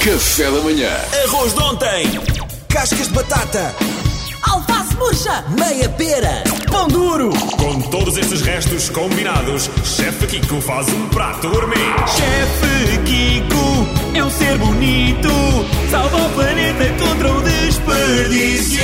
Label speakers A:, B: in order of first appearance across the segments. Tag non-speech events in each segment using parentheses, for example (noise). A: Café da manhã.
B: Arroz de ontem.
C: Cascas de batata.
D: Alface murcha.
C: Meia pera. Pão duro.
B: Com todos estes restos combinados, Chefe Kiko faz um prato gourmet.
E: Chefe Kiko é um ser bonito. Salva o planeta contra o desperdício.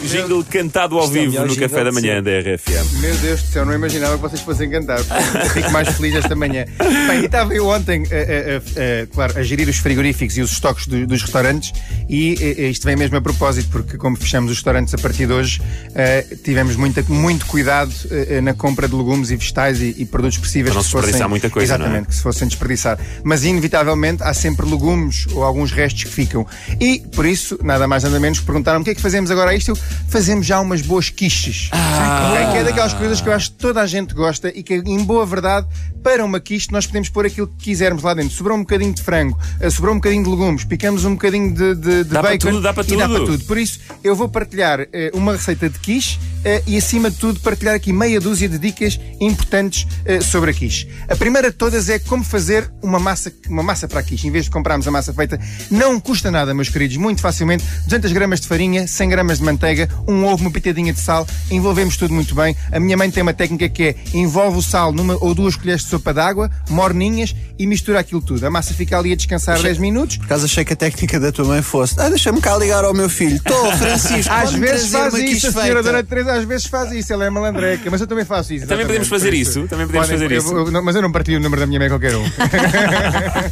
B: Jingle cantado ao
C: é o
B: vivo no
C: jingle
B: café da
C: de
B: manhã da RFM.
F: Meu Deus do céu, não imaginava que vocês fossem cantar. (laughs) Fico mais feliz esta manhã. Bem, e estava eu ontem, eh, eh, eh, claro, a gerir os frigoríficos e os estoques do- dos restaurantes, e eh, isto vem mesmo a propósito, porque como fechamos os restaurantes a partir de hoje, eh, tivemos muita, muito cuidado eh, eh, na compra de legumes e vegetais e, e produtos perecíveis.
B: Para não
F: que se fossem-
B: desperdiçar muita coisa, não é?
F: Exatamente, que se fossem desperdiçar. Mas, inevitavelmente, há sempre legumes ou alguns restos que ficam. E, por isso, nada mais nada menos, perguntaram-me o que é que fazemos agora a isto. Eu, Fazemos já umas boas quiches.
B: Ah.
F: Ok, Que é daquelas coisas que eu acho que toda a gente gosta e que, em boa verdade, para uma quiche, nós podemos pôr aquilo que quisermos lá dentro. Sobrou um bocadinho de frango, eh, sobrou um bocadinho de legumes, picamos um bocadinho de, de, de
B: Dá para
F: bacon.
B: tudo, dá para
F: e dá
B: tudo.
F: para tudo. Por isso, eu vou partilhar eh, uma receita de quiche eh, e, acima de tudo, partilhar aqui meia dúzia de dicas importantes eh, sobre a quiche. A primeira de todas é como fazer uma massa, uma massa para a quiche. Em vez de comprarmos a massa feita, não custa nada, meus queridos. Muito facilmente, 200 gramas de farinha, 100 gramas de manteiga, um ovo, uma pitadinha de sal. Envolvemos tudo muito bem. A minha mãe tem uma técnica que é envolve o sal numa ou duas colheres de sopa de água, morninhas, e mistura aquilo tudo. A massa fica ali a descansar 10 minutos.
G: Caso achei que a técnica da tua mãe fosse Ah, deixa-me cá ligar ao meu filho
F: (laughs)
G: Tô, Francisco,
F: Às
G: pode-me
F: vezes
G: trazer
F: faz
G: uma
F: isso, a
G: quiche
F: senhora
G: feita?
F: Dona Teresa às vezes faz isso, ela é malandreca, mas eu também faço isso.
B: Também
F: exatamente,
B: podemos fazer
F: por
B: isso, também podemos fazer
F: eu-
B: isso.
F: eu não- mas eu não partilho o número da minha mãe com
B: (laughs)
F: qualquer um.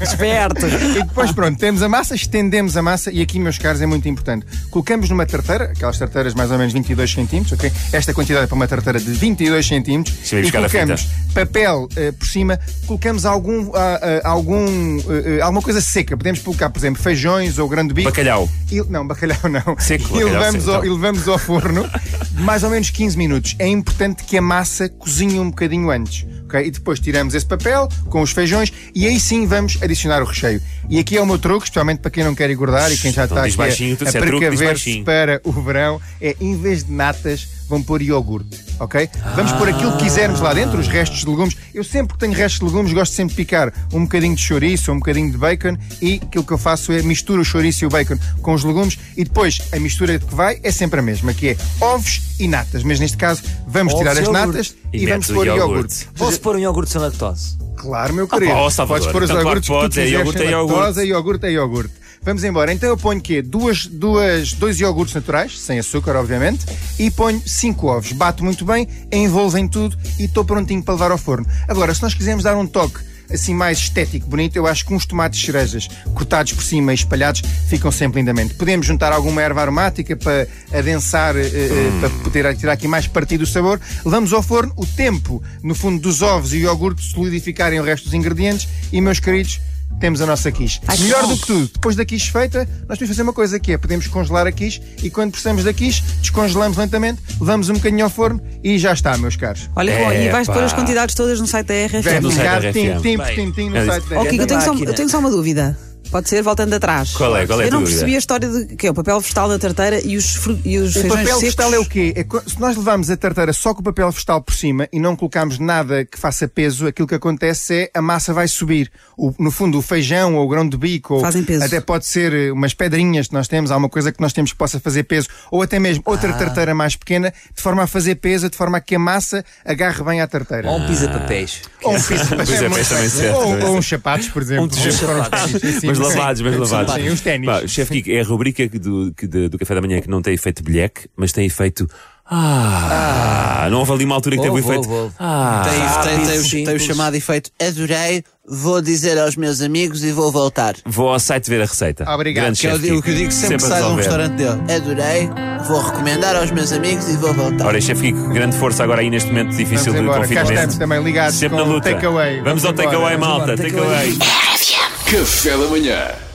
G: Esperto
F: e depois, pronto, temos a massa, estendemos a massa e aqui, meus caros, é muito importante. Colocamos numa tarteira, aquelas tarteiras mais ou menos 22 centímetros, ok? Esta quantidade é para uma tarteira de 22 centímetros.
B: Sim,
F: E
B: buscar a
F: colocamos
B: fita.
F: papel eh, por cima, colocamos algum, ah, ah, algum, eh, eh, alguma coisa seca. Podemos colocar, por exemplo, feijões ou grande bico.
B: Bacalhau.
F: E- não, bacalhau não.
B: Seco,
F: e
B: bacalhau
F: levamos,
B: seco,
F: ao,
B: então.
F: e levamos ao forno mais ou menos 15 minutos. É importante que a massa cozinhe um bocadinho antes. ok? E depois tiramos esse papel com os feijões e aí sim vamos adicionar o recheio. E aqui é o meu truque, especialmente para quem não quer engordar e quem já
B: Então
F: está
B: diz
F: aqui a-
B: baixinho, tu
F: a
B: se é truque, diz
F: precaver-se
B: baixinho.
F: para o verão, é em vez de natas, vão pôr iogurte. Ok? Vamos pôr aquilo que quisermos lá dentro, os restos de legumes. Eu sempre que tenho restos de legumes gosto sempre de picar um bocadinho de chouriço, um bocadinho de bacon e aquilo que eu faço é misturo o chouriço e o bacon com os legumes e depois a mistura que vai é sempre a mesma, que é ovos e natas. Mas neste caso vamos
C: Ovos
F: tirar
C: e
F: as
C: iogurte.
F: natas
B: E
F: e, vamos
B: metes o
F: pôr
B: iogurte. Ah,
F: iogurte.
C: Posso pôr um iogurte sem lactose?
F: Claro, meu querido.
B: pá, ó, Salvador,
F: Podes pôr os
B: então claro
F: iogurtes
B: que
F: que tu
B: podes, é
F: quiseres,
B: iogurte,
F: sem
B: é iogurte.
F: lactose, é iogurte, é iogurte. Vamos embora. Então eu ponho quê? Duas, duas, dois iogurtes naturais, sem açúcar, obviamente, e ponho cinco ovos. Bato muito bem, envolvo em tudo e estou prontinho para levar ao forno. Agora, se nós quisermos dar um toque assim mais estético, bonito, eu acho que uns tomates cerejas cortados por cima e espalhados ficam sempre lindamente. Podemos juntar alguma erva aromática para adensar, eh, eh, para poder tirar aqui mais partido do sabor. Levamos ao forno o tempo, no fundo, dos ovos e iogurte solidificarem o resto dos ingredientes e, meus queridos, temos a nossa quiche. Melhor do que tudo, depois da quiche feita, nós podemos fazer uma coisa que é, podemos congelar a quiche e quando precisamos da quiche, descongelamos lentamente, levamos um bocadinho ao forno e já está, meus caros.
H: Olha, que
B: É,
H: bom, e vais
B: pá.
H: pôr as quantidades todas no site da
F: Vem
H: RFM.
B: no site
F: ficar
B: da
F: tim,
B: RFM.
F: tim,
B: Bem,
F: tim, tim
B: é
F: no site da
H: Ok, eu tenho, só,
C: Máquina.
H: eu tenho só uma dúvida. Pode ser, voltando atrás.
B: Qual é? Qual é a
H: eu não
B: dúvida?
H: percebi a história de que é o papel vegetal da tarteira e os, fru- e os
F: O
H: feijões
F: papel
H: secos.
F: vegetal é o quê? É co- se nós levarmos a tartara só com o papel vegetal por cima e não colocarmos nada que faça peso, aquilo que acontece é a massa vai subir. O- no fundo, o feijão ou o grão de bico, ou
H: Fazem peso.
F: até pode ser eh, umas pedrinhas que nós temos, alguma coisa que nós temos que possa fazer peso, ou até mesmo
H: Ah.
F: outra tartara mais pequena, de forma a fazer peso, de forma a que a massa agarre bem à tartara.
C: Ou um pizza-papéis?
F: Ou um piso
B: (laughs) Pois é, mas também serve,
F: ou,
B: também Um
F: ou uns sapatos, por exemplo.
C: Uns sapatos.
B: Mas lavados, mas lavados.
F: Sim, uns ténis.
B: Pá, Chefe Kiko, é a rubrica que do, que de- do café da manhã que não tem efeito bilheque, mas tem efeito. Ah, não houve ali uma altura que teve o
C: Houve,
B: efeito.
C: houve, houve.
B: Ah,
G: Tem,
C: Ah,
G: tem, tem,
C: simples.
G: o, tem o chamado efeito Adorei, vou dizer aos meus amigos e vou voltar
B: vou ao site ver a receita.
F: Obrigado.
B: Grande
G: Que é o,
B: Chef
G: di- o que eu
B: Kiko.
G: digo sempre, que
B: a
G: sai de um
B: resolver.
G: restaurante dele Adorei, vou recomendar aos meus amigos e vou voltar
B: Ora, chefe Kiko, grande força agora aí neste momento difícil
F: Vamos
B: de
F: embora, cá estamos
B: confinamento.
F: também ligados
B: Sempre na
F: com o
B: luta.
F: takeaway.
B: Vamos ao
F: embora,
B: takeaway,
F: vamos
B: malta.
C: embora, takeaway.
B: Takeaway.
A: Café da manhã.